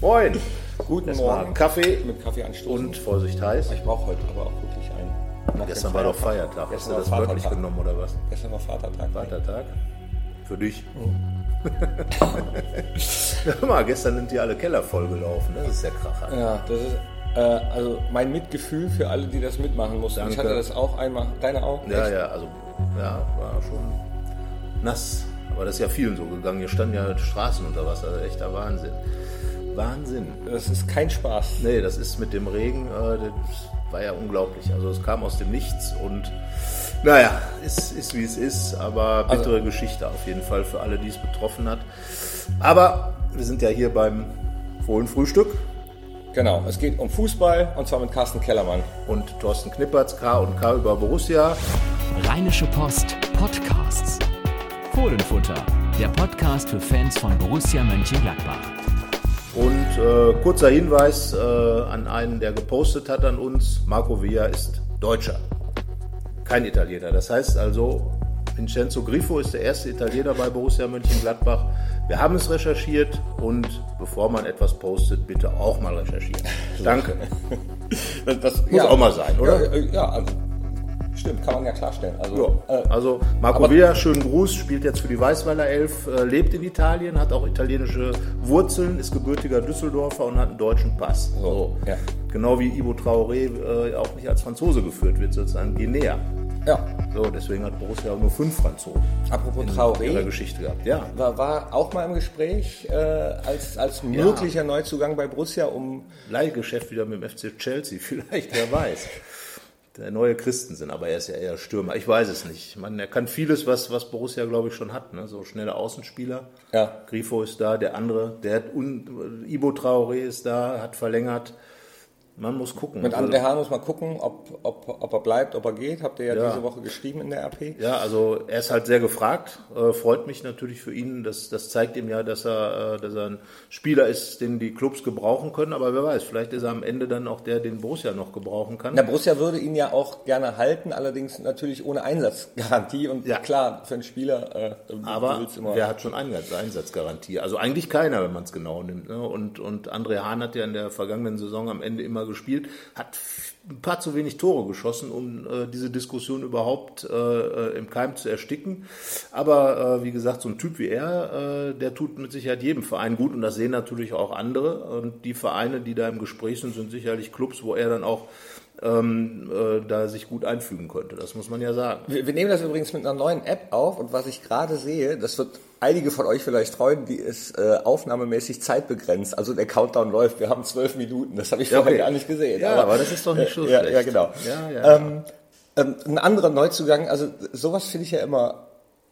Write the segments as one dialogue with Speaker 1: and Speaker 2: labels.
Speaker 1: Moin. Guten
Speaker 2: Das war
Speaker 1: Morgen. Kaffee
Speaker 2: Mit Kaffee anstoßen.
Speaker 1: und Vorsicht heiß.
Speaker 2: ich brauche heute aber auch wirklich einen. Nach dem
Speaker 1: Gestern war doch
Speaker 2: Feiertag.
Speaker 1: Feiertag. Hast
Speaker 2: Gestern
Speaker 1: du
Speaker 2: war
Speaker 1: das wörtlich
Speaker 2: Vatertag.
Speaker 1: genommen oder was?
Speaker 2: Gestern war Vatertag.
Speaker 1: Vatertag? Für dich.
Speaker 2: Oh.
Speaker 1: Hör mal, gestern sind die alle Keller vollgelaufen. ne? Das ist der Kracher.
Speaker 2: Ja, das ist äh, also mein Mitgefühl für alle, die das mitmachen mussten. Ich
Speaker 1: Danke.
Speaker 2: hatte das auch einmal. Deine auch?
Speaker 1: Ja,
Speaker 2: Echt?
Speaker 1: ja, also ja, war schon nass. Aber das ist ja vielen so gegangen. Hier standen ja Straßen unter Wasser. Also echter Wahnsinn. Wahnsinn.
Speaker 2: Das ist kein Spaß.
Speaker 1: Nee, das ist mit dem Regen, äh, das war ja unglaublich. Also es kam aus dem Nichts und naja, ist, ist wie es ist, aber bittere Geschichte auf jeden Fall für alle, die es betroffen hat. Aber wir sind ja hier beim frohen Frühstück
Speaker 2: Genau, es geht um Fußball und zwar mit Carsten Kellermann.
Speaker 1: und Thorsten Knippertz, K und K über Borussia.
Speaker 3: Rheinische Post Podcasts. Fohlenfutter, der Podcast für Fans von Borussia Mönchengladbach.
Speaker 1: Und äh, kurzer Hinweis äh, an einen, der gepostet hat an uns, Marco Villa ist Deutscher, kein Italiener. Das heißt also, Vincenzo Grifo ist der erste Italiener bei Borussia Mönchengladbach. Wir haben es recherchiert und bevor man etwas postet, bitte auch mal recherchieren. Danke.
Speaker 2: Das, das
Speaker 1: Muss auch mal sein, oder?
Speaker 2: Ja, ja, also, stimmt, kann man ja klarstellen. Also,
Speaker 1: Ja,
Speaker 2: äh,
Speaker 1: also Marco
Speaker 2: aber-
Speaker 1: Villa, schönen Gruß, spielt jetzt für die Weißweiler Elf, äh, lebt in Italien, hat auch italienische Wurzeln, ist gebürtiger Düsseldorfer und hat einen deutschen Pass.
Speaker 2: So, Oh, ja.
Speaker 1: Genau wie Ibo Traoré äh, auch nicht als Franzose geführt wird, sozusagen Guinea.
Speaker 2: ja.
Speaker 1: So, deswegen hat Borussia auch nur fünf Franzosen
Speaker 2: Apropos
Speaker 1: in ihrer
Speaker 2: Traoré,
Speaker 1: Geschichte gehabt. Ja,
Speaker 2: war, war auch mal im Gespräch äh, als, als möglicher Neuzugang bei Borussia, um
Speaker 1: Leihgeschäft wieder mit dem FC Chelsea, vielleicht, wer weiß. Der neue Christensen, aber er ist ja eher Stürmer. Ich weiß es nicht. Man, er kann vieles, was, was Borussia, glaube ich, schon hat. Ne? So schnelle Außenspieler.
Speaker 2: Ja.
Speaker 1: Grifo ist da, der andere, der hat un, Ibo Traoré ist da, hat verlängert. Man muss gucken.
Speaker 2: Mit
Speaker 1: Also-
Speaker 2: André Hahn muss man gucken, ob, ob, ob er bleibt, ob er geht. Habt ihr ja,
Speaker 1: Ja.
Speaker 2: diese Woche geschrieben in der AP.
Speaker 1: Ja, also er ist halt sehr gefragt. Äh, freut mich natürlich für ihn. Das, das zeigt ihm ja, dass er, äh, dass er ein Spieler ist, den die Clubs gebrauchen können. Aber wer weiß, vielleicht ist er am Ende dann auch der, den Borussia noch gebrauchen kann.
Speaker 2: Na, Borussia würde ihn ja auch gerne halten, allerdings natürlich ohne Einsatzgarantie. Und
Speaker 1: Ja.
Speaker 2: klar, für einen Spieler, äh, du
Speaker 1: Aber
Speaker 2: willst immer.
Speaker 1: wer hat schon Einsatz, Einsatzgarantie? Also eigentlich keiner, wenn man es genau nimmt. Ne? Und, und André Hahn hat ja in der vergangenen Saison am Ende immer gespielt, hat f- ein paar zu wenig Tore geschossen, um äh, diese Diskussion überhaupt äh, äh, im Keim zu ersticken. Aber äh, wie gesagt, so ein Typ wie er, äh, der tut mit Sicherheit jedem Verein gut und das sehen natürlich auch andere. Und die Vereine, die da im Gespräch sind, sind sicherlich Clubs, wo er dann auch ähm, äh, da sich gut einfügen könnte. Das muss man ja sagen.
Speaker 2: wir, wir nehmen das übrigens mit einer neuen App auf und was ich gerade sehe, das wird einige von euch vielleicht freuen, die ist äh, aufnahmemäßig zeitbegrenzt. Also der Countdown läuft, wir haben zwölf Minuten, das habe ich vorher
Speaker 1: okay.
Speaker 2: gar nicht gesehen.
Speaker 1: Ja, aber das ist doch nicht so
Speaker 2: ja,
Speaker 1: schlecht.
Speaker 2: Ja, genau.
Speaker 1: Ja, ja.
Speaker 2: Ähm, ähm, ein anderer Neuzugang, also sowas finde ich ja immer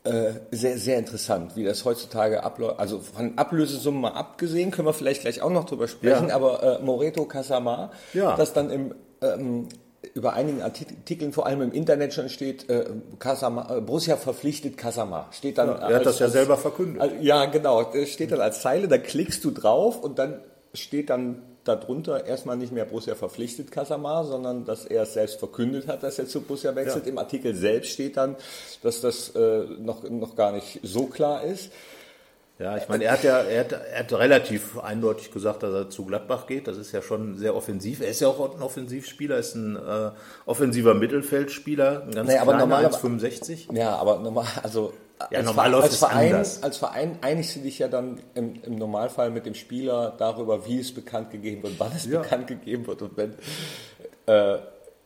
Speaker 2: äh, sehr, sehr interessant, wie das heutzutage abläuft. Also von Ablösesummen mal abgesehen, können wir vielleicht gleich auch noch drüber sprechen,
Speaker 1: Ja.
Speaker 2: aber äh, Moreto Casamar,
Speaker 1: Ja.
Speaker 2: das dann im, ähm, über einigen Artikeln, vor allem im Internet schon steht, äh, Casamar, äh, Borussia verpflichtet Casamar. Steht dann
Speaker 1: er hat das ja selber verkündet.
Speaker 2: Als, ja, genau. Das Steht dann als Zeile, da klickst du drauf und dann steht dann darunter erstmal nicht mehr Borussia verpflichtet Casamar, sondern dass er es selbst verkündet hat, dass er zu Borussia wechselt.
Speaker 1: Ja.
Speaker 2: Im Artikel selbst steht dann, dass das äh, noch, noch gar nicht so klar ist.
Speaker 1: Ja, ich meine, er hat ja er hat, er hat relativ eindeutig gesagt, dass er zu Gladbach geht. Das ist ja schon sehr offensiv. Er ist ja auch ein Offensivspieler, ist ein äh, offensiver Mittelfeldspieler, ein ganz
Speaker 2: Nee, aber
Speaker 1: kleiner,
Speaker 2: normalerweise-
Speaker 1: 1,65.
Speaker 2: Ja, aber normal, also
Speaker 1: Ja,
Speaker 2: als,
Speaker 1: normal
Speaker 2: Ver-
Speaker 1: läuft
Speaker 2: als,
Speaker 1: es
Speaker 2: Verein,
Speaker 1: anders.
Speaker 2: als Verein einigst du dich ja dann im, im Normalfall mit dem Spieler darüber, wie es bekannt gegeben wird, wann es
Speaker 1: Ja.
Speaker 2: bekannt gegeben wird und wenn. Äh,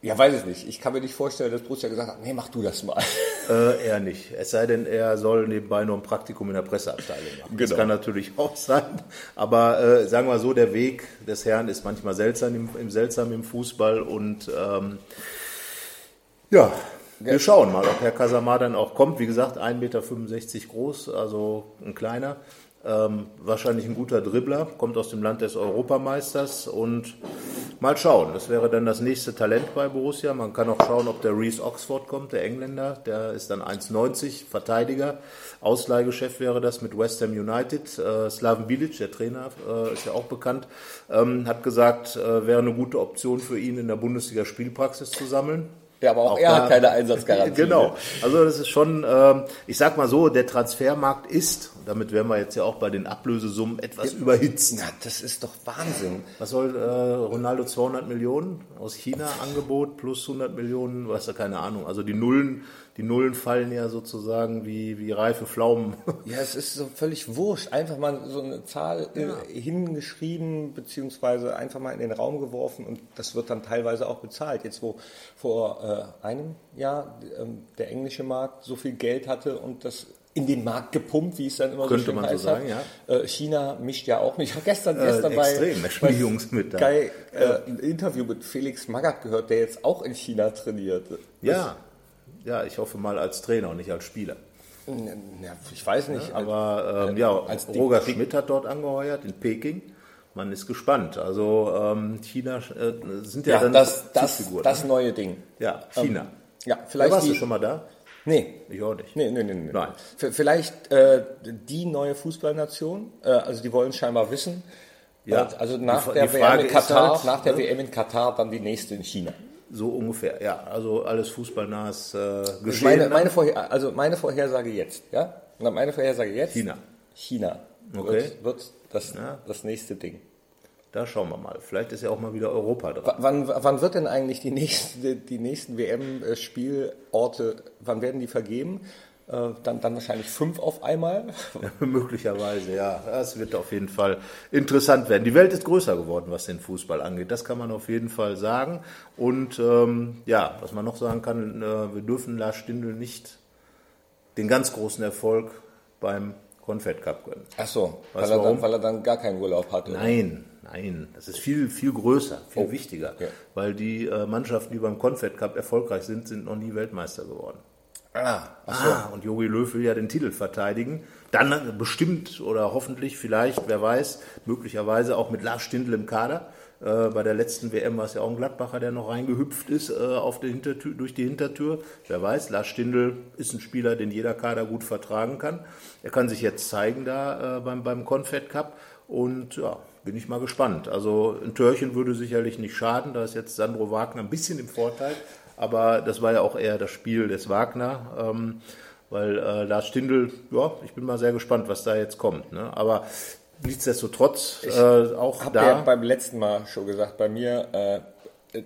Speaker 2: ja, weiß ich nicht. Ich kann mir nicht vorstellen, dass Borussia gesagt hat, nee, mach du das mal.
Speaker 1: Äh, er nicht. Es sei denn, er soll nebenbei noch ein Praktikum in der Presseabteilung machen. Das
Speaker 2: Genau.
Speaker 1: kann natürlich auch sein. Aber äh, sagen wir so, der Weg des Herrn ist manchmal seltsam im, im, seltsam im Fußball und ähm, Ja, wir schauen mal, ob Herr Casamar dann auch kommt. Wie gesagt, 1,65 Meter groß, also ein kleiner. Ähm, wahrscheinlich ein guter Dribbler, kommt aus dem Land des Europameisters und mal schauen. Das wäre dann das nächste Talent bei Borussia. Man kann auch schauen, ob der Reese Oxford kommt, der Engländer. Der ist dann 1,90, Verteidiger. Ausleihgeschäft wäre das mit West Ham United. Äh, Slaven Bilic, der Trainer, äh, ist ja auch bekannt, ähm, hat gesagt, äh, wäre eine gute Option für ihn, in der Bundesliga Spielpraxis zu sammeln.
Speaker 2: Ja, aber auch, er
Speaker 1: da-
Speaker 2: hat keine Einsatzgarantie. ne?
Speaker 1: Genau. Also das ist schon, ähm, ich sag mal so, der Transfermarkt ist, Damit wären wir jetzt ja auch bei den Ablösesummen etwas überhitzt.
Speaker 2: Na, das ist doch Wahnsinn.
Speaker 1: Was soll äh, Ronaldo 200 Millionen aus China Angebot plus 100 Millionen, weiß ja keine Ahnung. Also die Nullen, die Nullen fallen ja sozusagen wie, wie reife Pflaumen.
Speaker 2: Ja, es ist so völlig wurscht. Einfach mal so eine Zahl äh, hingeschrieben, beziehungsweise einfach mal in den Raum geworfen und das wird dann teilweise auch bezahlt. Jetzt, wo vor äh, einem Jahr ähm, der englische Markt so viel Geld hatte und das in den Markt gepumpt, wie es dann immer
Speaker 1: Könnte
Speaker 2: so schön
Speaker 1: man so
Speaker 2: heißt.
Speaker 1: sagen, Äh,
Speaker 2: Äh, China mischt ja auch nicht. Ich habe gestern, gestern
Speaker 1: extrem, da
Speaker 2: bei,
Speaker 1: spielen die Jungs mit da.
Speaker 2: Sky äh, ein Interview mit Felix Magath gehört, der jetzt auch in China trainiert.
Speaker 1: Ja. Ja, ich hoffe mal als Trainer und nicht als Spieler.
Speaker 2: Das- Na, ich weiß nicht, aber
Speaker 1: Aber ähm, ja,
Speaker 2: als Dick-
Speaker 1: Roger
Speaker 2: Dick-
Speaker 1: Schmidt hat dort angeheuert in Peking. Man ist gespannt. Also ähm, China äh, sind ja,
Speaker 2: ja,
Speaker 1: dann
Speaker 2: das, das,
Speaker 1: Zugfiguren,
Speaker 2: das
Speaker 1: ne?
Speaker 2: neue Ding.
Speaker 1: Ja, China.
Speaker 2: Ja,
Speaker 1: da
Speaker 2: vielleicht
Speaker 1: warst du
Speaker 2: die,
Speaker 1: schon mal da?
Speaker 2: Nee.
Speaker 1: Ich auch nicht.
Speaker 2: Nee, nee, nee, nee.
Speaker 1: Nein.
Speaker 2: V- Vielleicht äh, die neue Fußballnation, äh, also die wollen scheinbar wissen,
Speaker 1: Ja.
Speaker 2: äh, also
Speaker 1: Die
Speaker 2: nach
Speaker 1: Fra-
Speaker 2: der
Speaker 1: die
Speaker 2: WM
Speaker 1: Frage
Speaker 2: in
Speaker 1: ist
Speaker 2: Katar,
Speaker 1: halt,
Speaker 2: nach der
Speaker 1: ne?
Speaker 2: WM in Katar dann die nächste in China.
Speaker 1: So ungefähr, ja. Also alles fußballnahes äh,
Speaker 2: Ich
Speaker 1: Geschehen.
Speaker 2: meine, meine Vorher also meine Vorhersage jetzt, ja? Na, meine Vorhersage jetzt.
Speaker 1: China.
Speaker 2: China.
Speaker 1: Okay.
Speaker 2: Wird, wird das,
Speaker 1: Ja.
Speaker 2: das nächste Ding.
Speaker 1: da schauen wir mal. Vielleicht ist ja auch mal wieder Europa dran.
Speaker 2: W wann, wann wird denn eigentlich die, nächste, die nächsten WM-Spielorte, wann werden die vergeben? Äh, Dann, dann wahrscheinlich fünf auf einmal.
Speaker 1: Möglicherweise, ja. Das wird auf jeden Fall interessant werden. Die Welt ist größer geworden, was den Fußball angeht. Das kann man auf jeden Fall sagen. Und ähm, ja, was man noch sagen kann, äh, wir dürfen Lars Stindl nicht den ganz großen Erfolg beim Confed Cup gönnen.
Speaker 2: Ach so, weil
Speaker 1: Weißt
Speaker 2: er,
Speaker 1: du warum?
Speaker 2: dann, weil er dann gar keinen Urlaub hat. oder?
Speaker 1: Nein, nein, das ist viel, viel größer, viel wichtiger.
Speaker 2: ja.
Speaker 1: Weil die äh, Mannschaften, die beim Confed Cup erfolgreich sind, sind noch nie Weltmeister geworden.
Speaker 2: Ah, ach so.
Speaker 1: Ah, und Jogi Löw will ja den Titel verteidigen. Dann bestimmt oder hoffentlich, vielleicht, wer weiß, möglicherweise auch mit Lars Stindl im Kader. Äh, bei der letzten WM war es ja auch ein Gladbacher, der noch reingehüpft ist äh, auf die Hintertür, durch die Hintertür. Wer weiß, Lars Stindl ist ein Spieler, den jeder Kader gut vertragen kann. Er kann sich jetzt zeigen da äh, beim, beim Confed Cup. Und ja, bin ich mal gespannt. Also ein Törchen würde sicherlich nicht schaden. Da ist jetzt Sandro Wagner ein bisschen im Vorteil. Aber das war ja auch eher das Spiel des Wagner. Ähm, weil äh, Lars Stindl, ja, ich bin mal sehr gespannt, was da jetzt kommt. Ne? Aber nichtsdestotrotz, äh, auch
Speaker 2: Habt ihr ja
Speaker 1: da.
Speaker 2: beim letzten Mal schon gesagt, bei mir, äh,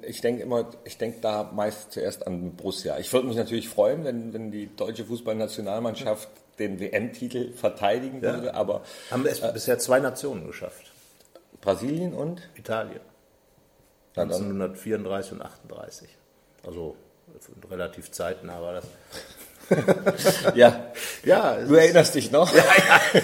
Speaker 2: ich denke immer, ich denke da meist zuerst an Borussia. Ich würde mich natürlich freuen, wenn, wenn die deutsche Fußballnationalmannschaft den WM-Titel verteidigen würde, aber
Speaker 1: haben es
Speaker 2: Äh.
Speaker 1: bisher zwei Nationen geschafft.
Speaker 2: Brasilien und
Speaker 1: Italien.
Speaker 2: na dann,
Speaker 1: 1934 und 38. Also relativ zeitnah war das.
Speaker 2: ja,
Speaker 1: Ja, es
Speaker 2: du erinnerst dich noch?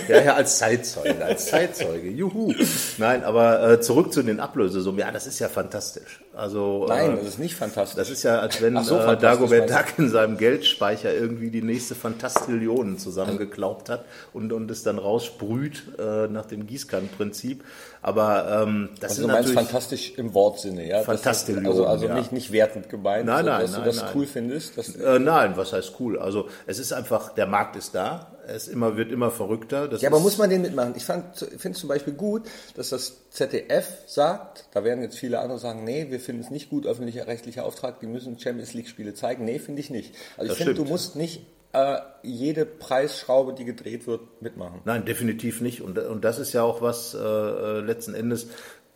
Speaker 1: ja, ja, als Zeitzeuge, als Zeitzeuge, juhu. Nein, aber äh, zurück zu den Ablösesummen. Ja, das ist ja fantastisch. Also,
Speaker 2: Nein,
Speaker 1: äh,
Speaker 2: das ist nicht fantastisch.
Speaker 1: das ist ja, als wenn
Speaker 2: Ach so,
Speaker 1: äh,
Speaker 2: fantastisch
Speaker 1: Dagobert
Speaker 2: meinst
Speaker 1: Duck in seinem Geldspeicher irgendwie die nächste Fantastillionen zusammengeklaubt hat und, und es dann raussprüht äh, nach dem Gießkannenprinzip. Aber ähm, das
Speaker 2: also
Speaker 1: sind
Speaker 2: du meinst
Speaker 1: natürlich...
Speaker 2: fantastisch im Wortsinne, ja? Das ist-
Speaker 1: Fantastillion,
Speaker 2: Also, also
Speaker 1: ja.
Speaker 2: nicht, nicht wertend gemeint,
Speaker 1: Nein,
Speaker 2: so,
Speaker 1: nein,
Speaker 2: dass
Speaker 1: nein,
Speaker 2: du das
Speaker 1: nein.
Speaker 2: cool findest. Dass,
Speaker 1: Äh, nein, was heißt cool? Also es ist einfach, der Markt ist da, es immer, wird immer verrückter. Das
Speaker 2: Ja, aber
Speaker 1: ist,
Speaker 2: muss man den mitmachen? Ich finde zum Beispiel gut, dass das ZDF sagt, da werden jetzt viele andere sagen, nee, wir finden es nicht gut, öffentlicher rechtlicher Auftrag, die müssen Champions League Spiele zeigen. Nee, finde ich nicht. Also
Speaker 1: Das
Speaker 2: ich finde, du
Speaker 1: stimmt.
Speaker 2: musst nicht äh, jede Preisschraube, die gedreht wird, mitmachen.
Speaker 1: Nein, definitiv nicht. Und, und das ist ja auch was äh, äh, letzten Endes.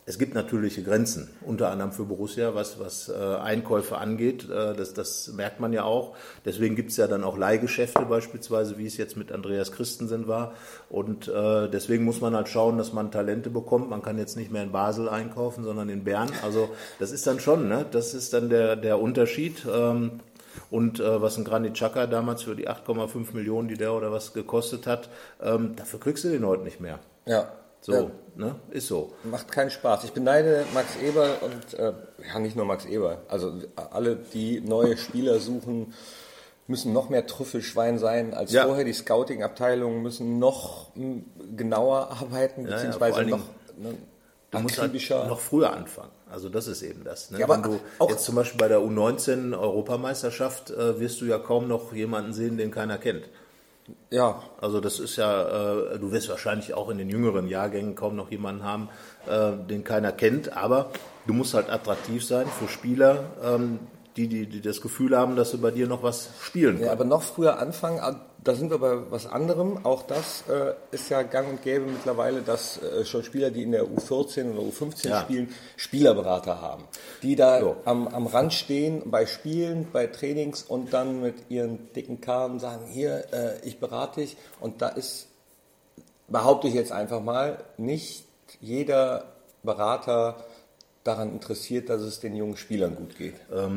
Speaker 1: Es gibt natürliche Grenzen, unter anderem für Borussia, was, was äh, Einkäufe angeht. Äh, das, das merkt man ja auch. Deswegen gibt es ja dann auch Leihgeschäfte beispielsweise, wie es jetzt mit Andreas Christensen war. Und äh, deswegen muss man halt schauen, dass man Talente bekommt. Man kann jetzt nicht mehr in Basel einkaufen, sondern in Bern. Also das ist dann schon, ne? das ist dann der, der Unterschied. Ähm, und äh, was ein Granit Xhaka damals für die 8,5 Millionen, die der oder was gekostet hat, ähm, dafür kriegst du den heute nicht mehr.
Speaker 2: Ja.
Speaker 1: So,
Speaker 2: Ja,
Speaker 1: ne? Ist so.
Speaker 2: Macht keinen Spaß. Ich beneide Max Eber und äh, ja nicht nur Max Eber. Also alle, die neue Spieler suchen, müssen noch mehr Trüffelschwein sein als
Speaker 1: Ja.
Speaker 2: vorher. Die Scouting-Abteilungen müssen noch m, genauer arbeiten,
Speaker 1: ja,
Speaker 2: beziehungsweise
Speaker 1: vor allen
Speaker 2: noch ne,
Speaker 1: Du musst halt
Speaker 2: akribischer.
Speaker 1: noch früher anfangen. Also das ist eben das. Ne?
Speaker 2: Ja, aber
Speaker 1: Wenn du
Speaker 2: auch-
Speaker 1: jetzt zum Beispiel bei der U19 Europameisterschaft äh, wirst du ja kaum noch jemanden sehen, den keiner kennt.
Speaker 2: ja,
Speaker 1: Also das ist ja, äh, du wirst wahrscheinlich auch in den jüngeren Jahrgängen kaum noch jemanden haben, äh, den keiner kennt, aber du musst halt attraktiv sein für Spieler, ähm, die, die, die das Gefühl haben, dass sie bei dir noch was spielen können.
Speaker 2: Ja, aber noch früher anfangen, ah, da sind wir bei was anderem. Auch das äh, ist ja gang und gäbe mittlerweile, dass äh, schon Spieler, die in der U14 oder U15
Speaker 1: Ja.
Speaker 2: spielen, Spielerberater haben, die da
Speaker 1: Jo.
Speaker 2: am, am Rand stehen bei Spielen, bei Trainings und dann mit ihren dicken Karten sagen, hier, äh, ich berate dich. Und da ist, behaupte ich jetzt einfach mal, nicht jeder Berater daran interessiert, dass es den jungen Spielern gut geht.
Speaker 1: Äh,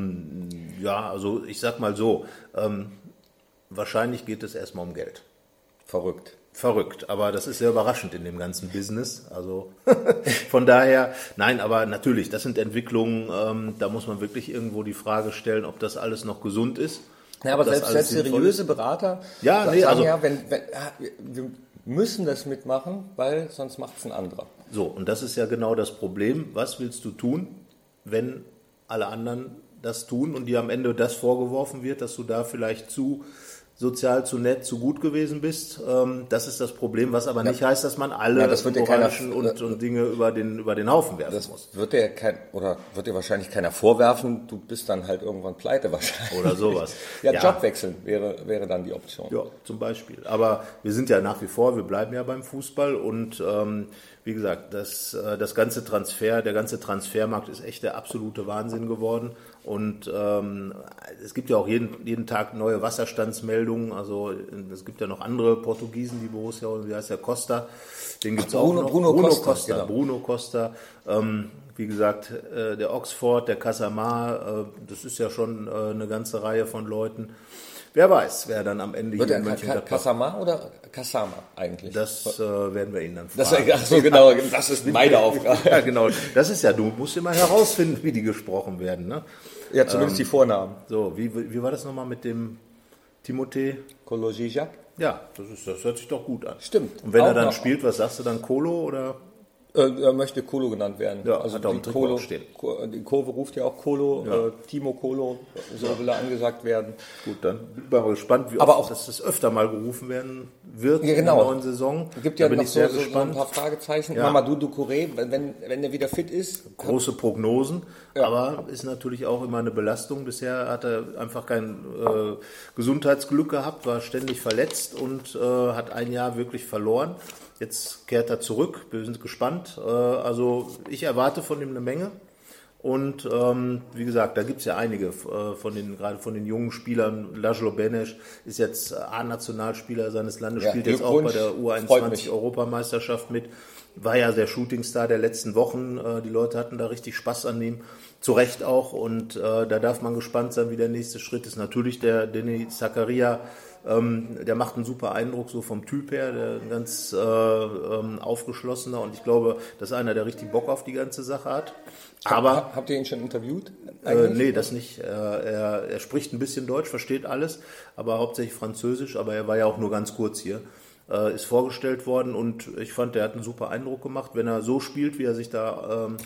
Speaker 1: Ja, also ich sag mal so, ähm, wahrscheinlich geht es erstmal um Geld.
Speaker 2: Verrückt.
Speaker 1: Verrückt, aber das ist sehr überraschend in dem ganzen Business. Also von daher, nein, aber natürlich, das sind Entwicklungen, ähm, da muss man wirklich irgendwo die Frage stellen, ob das alles noch gesund ist.
Speaker 2: Ja, aber
Speaker 1: ob das
Speaker 2: selbst,
Speaker 1: alles
Speaker 2: selbst
Speaker 1: sinnvoll
Speaker 2: seriöse Berater
Speaker 1: Ja,
Speaker 2: sa-
Speaker 1: nee,
Speaker 2: sagen
Speaker 1: also-
Speaker 2: ja, wenn, wenn, ah, wir- wir müssen das mitmachen, weil sonst macht es ein anderer.
Speaker 1: ist. So, und das ist ja genau das Problem. Was willst du tun, wenn alle anderen das tun und dir am Ende das vorgeworfen wird, dass du da vielleicht zu sozial, zu nett, zu gut gewesen bist? Ähm, das ist das Problem, was aber nicht heißt, dass man alle
Speaker 2: Ja, das wird dir keiner- äh,
Speaker 1: moralischen und, und Dinge über den, über den Haufen werfen muss.
Speaker 2: Das wird dir kein, oder wird dir wahrscheinlich keiner vorwerfen, du bist dann halt irgendwann pleite wahrscheinlich.
Speaker 1: Oder sowas.
Speaker 2: Ja,
Speaker 1: Ja.
Speaker 2: Job wechseln wäre, wäre dann die Option.
Speaker 1: Ja, zum Beispiel. Aber wir sind ja nach wie vor, wir bleiben ja beim Fußball und ähm, wie gesagt, das, äh, das ganze Transfer, der ganze Transfermarkt ist echt der absolute Wahnsinn geworden. Und ähm, es gibt ja auch jeden, jeden Tag neue Wasserstandsmeldungen. Also äh, es gibt ja noch andere Portugiesen, die Borussia, wie heißt der Costa? Den gibt's auch
Speaker 2: Bruno-
Speaker 1: noch.
Speaker 2: Bruno Costa, genau.
Speaker 1: Bruno Costa. Ähm, wie gesagt, äh, der Oxford, der Casamar, äh, das ist ja schon äh, eine ganze Reihe von Leuten. Wer weiß, wer dann am Ende
Speaker 2: Wird
Speaker 1: hier
Speaker 2: er
Speaker 1: in
Speaker 2: Ka-
Speaker 1: Mönchengladbach...
Speaker 2: Kasama oder Kasama eigentlich?
Speaker 1: Das äh, werden wir Ihnen dann
Speaker 2: das,
Speaker 1: fragen.
Speaker 2: ach so, genau, das ist meine Aufgabe.
Speaker 1: ja, genau. Das ist ja, du musst immer herausfinden, wie die gesprochen werden. Ne?
Speaker 2: Ja, zumindest die Vornamen.
Speaker 1: So, wie, wie war das nochmal mit dem Timothée?
Speaker 2: Kolojijak?
Speaker 1: Ja, das, ist, das hört sich doch gut an.
Speaker 2: Stimmt.
Speaker 1: Und wenn
Speaker 2: Auch
Speaker 1: er dann
Speaker 2: noch.
Speaker 1: spielt, was sagst du dann? Colo oder?
Speaker 2: Äh, er möchte Kolo genannt werden. Also
Speaker 1: Ja, hat er auf dem Trikot
Speaker 2: Kolo,
Speaker 1: auch stehen.
Speaker 2: Ko- äh, die Kurve ruft ja auch Kolo, äh, Timo Kolo, so will er angesagt werden.
Speaker 1: Gut, dann bin ich mal gespannt, wie
Speaker 2: Aber
Speaker 1: oft
Speaker 2: auch-
Speaker 1: dass das öfter mal gerufen werden wird
Speaker 2: Ja, genau.
Speaker 1: in der neuen Saison.
Speaker 2: Es gibt
Speaker 1: Da
Speaker 2: ja
Speaker 1: bin
Speaker 2: noch
Speaker 1: ich
Speaker 2: so,
Speaker 1: sehr
Speaker 2: so, so ein
Speaker 1: gespannt.
Speaker 2: paar Fragezeichen.
Speaker 1: Ja.
Speaker 2: Mamadou Ducouré, wenn, wenn wenn er wieder fit ist,
Speaker 1: Große Prognosen, aber ist natürlich auch immer eine Belastung. Bisher hat er einfach kein äh, Gesundheitsglück gehabt, war ständig verletzt und äh, hat ein Jahr wirklich verloren. Jetzt kehrt er zurück, wir sind gespannt. Äh, also ich erwarte von ihm eine Menge. Und ähm, wie gesagt, da gibt's ja einige äh, von den, gerade von den jungen Spielern. Lajlo Benes ist jetzt äh, A-Nationalspieler seines Landes,
Speaker 2: Ja,
Speaker 1: spielt jetzt auch bei der
Speaker 2: Glückwunsch, freut mich.
Speaker 1: U21-Europameisterschaft mit. War ja der Shootingstar der letzten Wochen. Äh, die Leute hatten da richtig Spaß an ihm. Zu Recht auch. Und äh, da darf man gespannt sein, wie der nächste Schritt ist. Natürlich der Denis Zakaria, ähm, der macht einen super Eindruck, so vom Typ her. Der ein ganz äh, ähm, aufgeschlossener. Und ich glaube, das ist einer, der richtig Bock auf die ganze Sache hat. Aber
Speaker 2: Ha- habt ihr ihn schon interviewt?
Speaker 1: äh, nee, das nicht. Äh, er, er spricht ein bisschen Deutsch, versteht alles, aber hauptsächlich Französisch. Aber er war ja auch nur ganz kurz hier. Äh, ist vorgestellt worden und ich fand, er hat einen super Eindruck gemacht. Wenn er so spielt, wie er sich da ähm,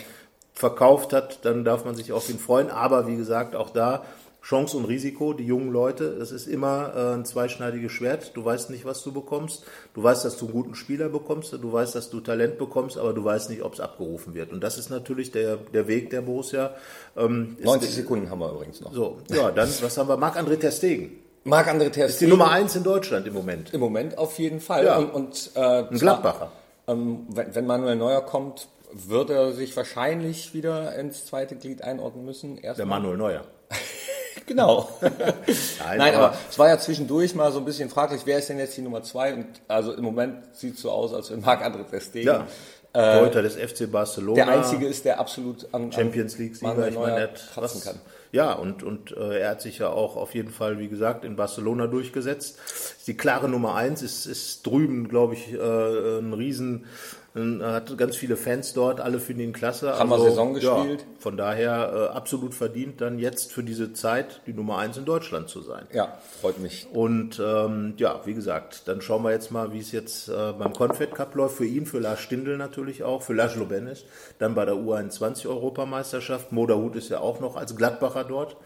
Speaker 1: verkauft hat, dann darf man sich auf ihn freuen. Aber wie gesagt, auch da Chance und Risiko, die jungen Leute, das ist immer äh, ein zweischneidiges Schwert. Du weißt nicht, was du bekommst. Du weißt, dass du einen guten Spieler bekommst, du weißt, dass du Talent bekommst, aber du weißt nicht, ob es abgerufen wird. Und das ist natürlich der, der Weg der Borussia.
Speaker 2: 90 Sekunden haben wir übrigens noch.
Speaker 1: So, ja, dann, was haben wir? Marc-André Ter Stegen.
Speaker 2: Marc-André Ter
Speaker 1: Die
Speaker 2: Stegen
Speaker 1: Nummer eins in Deutschland im Moment.
Speaker 2: im Moment auf jeden Fall.
Speaker 1: Ja.
Speaker 2: Und, und, äh,
Speaker 1: Ein Gladbacher.
Speaker 2: Ähm, wenn, wenn Manuel Neuer kommt, wird er sich wahrscheinlich wieder ins zweite Glied einordnen müssen.
Speaker 1: Der
Speaker 2: Erstmal.
Speaker 1: Manuel Neuer.
Speaker 2: Genau.
Speaker 1: Nein,
Speaker 2: Nein,
Speaker 1: aber-
Speaker 2: aber es war ja zwischendurch mal so ein bisschen fraglich, wer ist denn jetzt die Nummer zwei? Und also im Moment sieht es so aus, als wenn Marc-André Ter Stegen
Speaker 1: Ja. Torhüter des FC Barcelona.
Speaker 2: Äh, der Einzige ist, der absolut an an
Speaker 1: Champions League-Sieger.
Speaker 2: Manuel
Speaker 1: Ich meine,
Speaker 2: Neuer
Speaker 1: er hat
Speaker 2: kratzen
Speaker 1: was-
Speaker 2: kann.
Speaker 1: Ja, und, und äh, er hat sich ja auch auf jeden Fall, wie gesagt, in Barcelona durchgesetzt. Die klare Nummer eins ist, ist drüben, glaube ich, äh, ein Riesen. ein- Er hat ganz viele Fans dort, alle finden ihn klasse. Also,
Speaker 2: Hammer Saison gespielt.
Speaker 1: Ja, von daher äh, absolut verdient, dann jetzt für diese Zeit die Nummer eins in Deutschland zu sein.
Speaker 2: Ja, freut mich.
Speaker 1: Und ähm, ja, wie gesagt, dann schauen wir jetzt mal, wie es jetzt äh, beim Confed Cup läuft. Für ihn, für Lars Stindl natürlich auch, für Lars Lobenis. Dann bei der U21-Europameisterschaft. Moderhut ist ja auch noch als Gladbacher dort.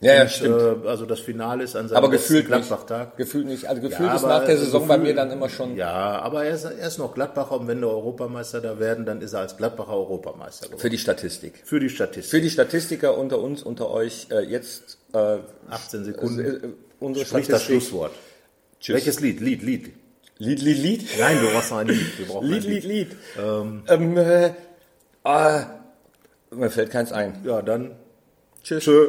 Speaker 2: Ja, ja,
Speaker 1: Und,
Speaker 2: stimmt.
Speaker 1: Äh, also das Finale ist an seinem
Speaker 2: Aber
Speaker 1: letzten
Speaker 2: gefühlt
Speaker 1: Gladbach-Tag.
Speaker 2: nicht. Gefühlt nicht. Also gefühlt
Speaker 1: Ja,
Speaker 2: ist
Speaker 1: aber
Speaker 2: nach der Saison bei
Speaker 1: gefühlt-
Speaker 2: mir dann immer schon.
Speaker 1: Ja, aber er ist, er ist noch Gladbacher und wenn wir Europameister da werden, dann ist er als Gladbacher Europameister geworden.
Speaker 2: Für die Statistik.
Speaker 1: Für die Statistik.
Speaker 2: Für die Statistiker unter uns, unter euch, äh, jetzt äh,
Speaker 1: 18
Speaker 2: also,
Speaker 1: Sekunden.
Speaker 2: äh, unsere
Speaker 1: Sprich das
Speaker 2: Statistik.
Speaker 1: Schlusswort.
Speaker 2: Tschüss.
Speaker 1: Welches Lied? Lied, Lied.
Speaker 2: Lied, Lied, Lied.
Speaker 1: Nein, wir brauchen ein Lied. Wir brauchen
Speaker 2: Lied,
Speaker 1: ein
Speaker 2: Lied, Lied. Ähm, äh, ah, mir fällt keins ein.
Speaker 1: Ja, dann.
Speaker 2: Tschüss.
Speaker 1: Tschö.